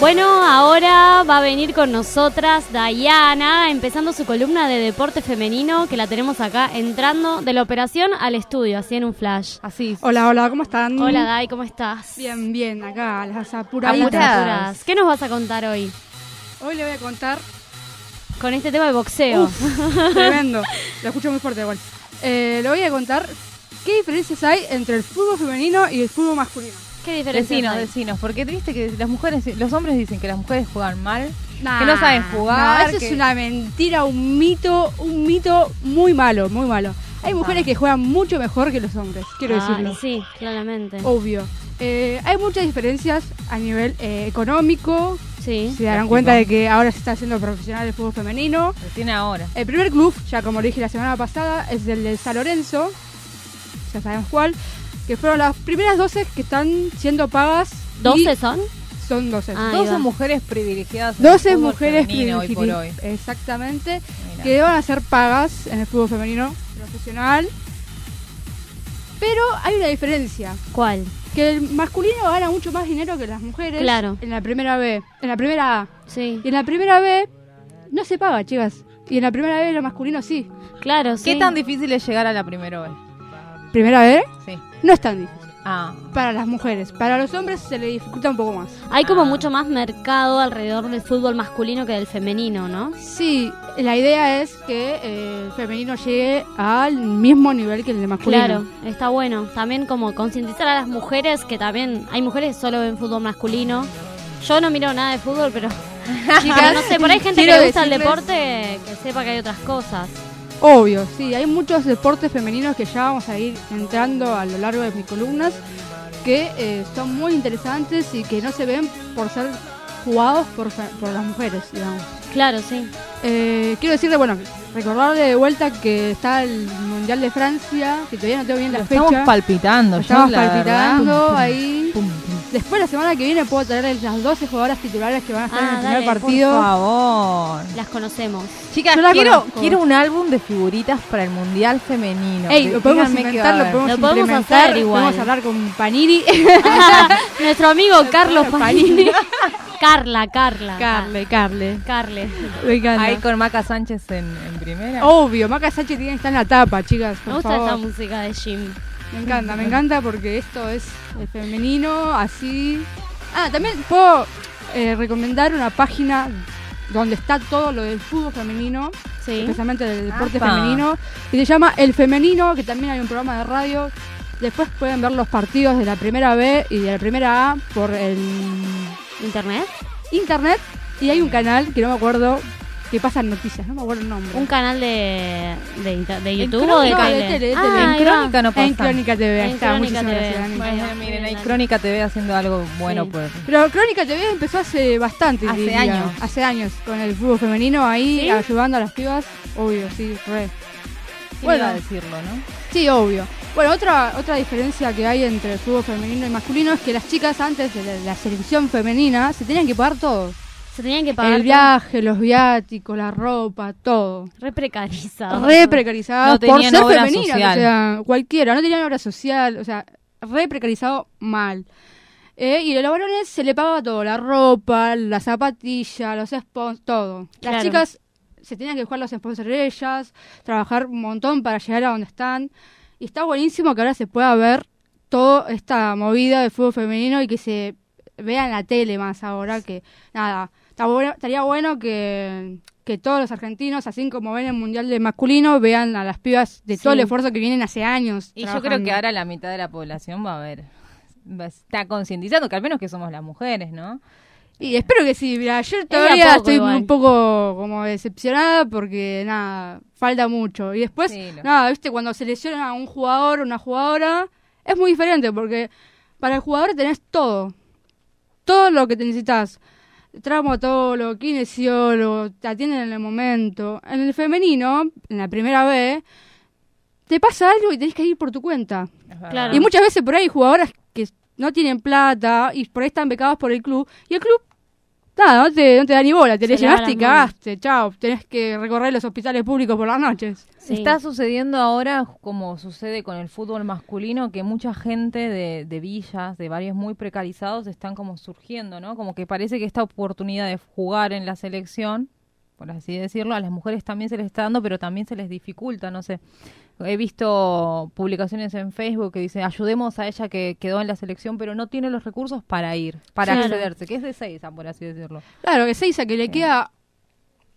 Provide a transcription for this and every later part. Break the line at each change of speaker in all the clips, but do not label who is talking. Bueno, ahora va a venir con nosotras Dayana, empezando su columna de deporte femenino, que la tenemos acá entrando de la operación al estudio, así en un flash.
Así.
Hola, hola, ¿cómo están?
Hola Day, ¿cómo estás?
Mm. Bien, bien, acá, las
Ahí
apuraditas.
te apuras. ¿Qué nos vas a contar hoy
Hoy le voy a contar,
con este tema de boxeo?
tremendo, lo escucho muy fuerte igual. Eh, le voy a contar qué diferencias hay entre el fútbol femenino y el fútbol masculino.
¿Qué diferencia
Vecinos, vecinos, porque triste que las mujeres, los hombres dicen que las mujeres juegan mal,
Nah,
que no saben
nah,
jugar.
eso
que-
es una mentira, un mito, un mito muy malo, muy malo. Hay mujeres que juegan mucho mejor que los hombres, quiero decirlo.
Ah, Sí, claramente.
Obvio. Eh, hay muchas diferencias a nivel eh, económico.
Sí.
Se darán cuenta de que ahora se está haciendo profesional el fútbol femenino.
Recién ahora.
El primer club, ya como lo dije la semana pasada, es el de San Lorenzo, ya sabemos cuál, que fueron las primeras 12 que están siendo pagas. y
¿12 son?
Son 12.
Ah, ahí
Todas
va.
son mujeres privilegiadas. en el
12
fútbol
mujeres
femenino hoy por hoy.
privilegi- Exactamente,
Mira.
que van a ser pagas en el fútbol femenino profesional. Pero hay una diferencia,
¿Cuál?
que el masculino gana mucho más dinero que las mujeres
Claro.
en la primera B, en la primera A.
Sí.
Y en la primera B no se paga, chicas. Y en la primera B lo masculino sí.
Claro, sí.
¿Qué tan difícil es llegar a la primera vez?
Primera B
Sí.
no es tan difícil.
Ah,
para las mujeres. Para los hombres se le dificulta un poco más.
Hay como
Ah.
mucho más mercado alrededor del fútbol masculino que del femenino, ¿no?
Sí, la idea es que eh, el femenino llegue al mismo nivel que el de masculino.
Claro, está bueno. También como concientizar a las mujeres, que también hay mujeres que solo ven fútbol masculino. Yo no miro nada de fútbol, pero... Pero no sé, por ahí hay gente que
quiero
le gusta el
decirles-
deporte, que sepa que hay otras cosas.
Obvio, sí, hay muchos deportes femeninos que ya vamos a ir entrando a lo largo de mis columnas que eh, son muy interesantes y que no se ven por ser jugados por, fe- por las mujeres, digamos.
Claro, sí.
Eh, quiero decirle, bueno, recordarle de vuelta que está el Mundial de Francia, que todavía no tengo bien
lo
la
estamos
fecha.
palpitando. yo,
Lo estamos
la verdad.
palpitando
Pum, pum,
ahí.
pum, pum.
Después la semana que viene puedo traer las 12 jugadoras titulares que van a estar
Ah,
en el
dale,
primer
por
Por
partido.
favor.
Las conocemos.
Chicas,
Yo la
quiero,
conozco.
quiero un álbum de figuritas para el Mundial Femenino.
Ey,
Que-
lo podemos
díganme qué va
inventar,
a
lo podemos,
Lo podemos
implementar,
hacer igual.
podemos hablar con Panini.
Ah, nuestro amigo Carlos
Panini.
Panini. Carla, Carla.
Carle, Carle.
Ah, Carle.
Me encanta.
haber. Ahí con Maca Sánchez en, en primera.
Obvio, Maca Sánchez tiene que estar en la tapa, chicas. Por
Me gusta
favor.
esta música de Jim.
Me encanta, me encanta porque esto es el femenino, así. Ah, también puedo eh, recomendar una página donde está todo lo del fútbol femenino,
Sí.
especialmente del deporte
Apa.
femenino, y se llama El Femenino, que también hay un programa de radio. Después pueden ver los partidos de la primera B y de la primera A por el
¿Internet?
internet. Y hay un canal que no me acuerdo que pasan noticias, no me acuerdo el nombre.
¿Un canal de, de, inter- de YouTube
Crónica,
o de
de
cable?
tele, de
Ah,
tele.
en
ahí va.
Crónica no pasa.
en Crónica TV, ahí
En
está,
Crónica
muchísimas
TV.
gracias, Dani.
Bueno, miren, hay
Dale.
Crónica TV haciendo algo bueno pues.
Sí.
por...
Pero Crónica TV empezó hace bastante,
Hace
diría.
años.
Hace años, con el fútbol femenino ahí,
¿Sí?
ayudando a las pibas. Obvio, sí, re.
¿Quién
Bueno.
iba a decirlo, no?
Sí, obvio. Bueno, otra, otra diferencia que hay entre el fútbol femenino y masculino es que las chicas antes de la, la selección femenina se tenían que pagar todo.
Se tenían que pagar.
el viaje, los viáticos, la ropa, todo.
todo. Re precarizado.
Re precarizado
No
por
tenían
ser
obra
femeninas,
social.
o sea, cualquiera, no tenían obra social, o sea, re precarizado mal. Eh, y a los varones se le pagaba todo, la ropa, la zapatilla, los sponsors, todo.
Claro.
Las chicas se tenían que jugar los sponsors ellas, trabajar un montón para llegar a donde están. Y está buenísimo que ahora se pueda ver toda esta movida de fútbol femenino y que se vea en la tele más ahora que nada. Está bueno- estaría bueno que, que todos los argentinos, así como ven el Mundial de Masculino, vean a las pibas de todo
Sí.
el esfuerzo que vienen hace años.
Y yo creo
trabajando.
que ahora la mitad de la población va a ver... va- Está concientizando que al menos que somos las mujeres, ¿no?
Y espero que sí. Mira, yo
a
todavía
poco
estoy
igual.
un poco como decepcionada porque nada, falta mucho. Y después,
Sí, no.
nada, viste, cuando seleccionan a un jugador, una jugadora, es muy diferente porque para el jugador tenés todo. Todo lo que te necesitas. Traumatólogo, kinesiólogo, te atienden en el momento. En el femenino, en la primera vez, te pasa algo y tenés que ir por tu cuenta.
Claro.
Y muchas veces por ahí hay jugadoras que no tienen plata y por ahí están becadas por el club. Y el club nada, no te, no te da ni bola, te
Se lava
lesionaste y
las manos.
cagaste, chao, tenés que recorrer los hospitales públicos por las noches.
Sí.
Está sucediendo ahora, como sucede con el fútbol masculino, que mucha gente de, de villas, de barrios muy precarizados, están como surgiendo, ¿no? Como que parece que esta oportunidad de jugar en la selección, por así decirlo, a las mujeres también se les está dando, pero también se les dificulta, no sé. He visto publicaciones en Facebook que dicen, ayudemos a ella que quedó en la selección, pero no tiene los recursos para ir, para
Claro.
accederse, que es de Seiza, por así decirlo.
Claro, que Seiza, que le queda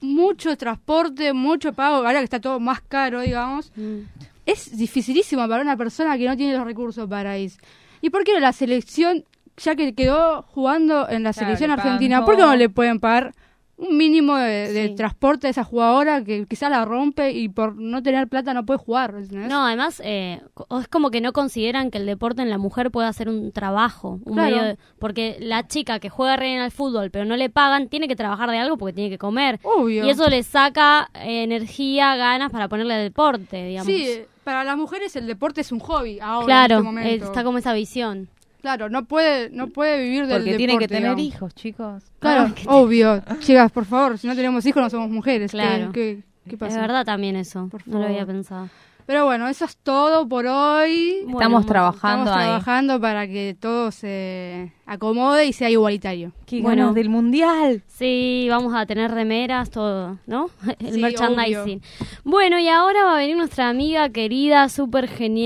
mucho transporte, mucho pago, ahora que está todo más caro, digamos.
Mm.
Es dificilísimo para una persona que no tiene los recursos para ir. ¿Y por qué no la selección, ya que quedó jugando en la
Claro,
selección
le pagan
argentina, por qué no
todo.
le pueden pagar un mínimo de, de
Sí.
transporte a esa jugadora que quizás la rompe y por no tener plata no puede jugar? ¿entendés?
No, además eh, co- es como que no consideran que el deporte en la mujer pueda ser un trabajo, un
Claro.
medio de- porque la chica que juega re bien al fútbol pero no le pagan tiene que trabajar de algo porque tiene que comer
Obvio.
y eso le saca eh, energía, ganas para ponerle al deporte, digamos.
Sí, para las mujeres el deporte es un hobby ahora
claro,
en este
eh,
momento.
está como esa visión.
Claro, no puede, no puede vivir del
Porque tiene que
deporte,
tener
digamos.
hijos, chicos.
Claro,
Ah,
obvio. Chicas, por favor, si no tenemos hijos no somos mujeres. ¿Qué-
Claro.
¿Qué, qué pasa?
Es verdad también eso.
Por
No lo había
favor.
pensado.
Pero bueno, eso es todo por hoy.
Bueno,
Estamos
mo-
trabajando
Estamos
ahí.
trabajando para que todo se acomode y sea igualitario.
¡Qué
Bueno.
ganas del mundial!
Sí, vamos a tener remeras, todo, ¿no? El
Sí,
merchandising. Bueno, y ahora va a venir nuestra amiga querida, súper genial.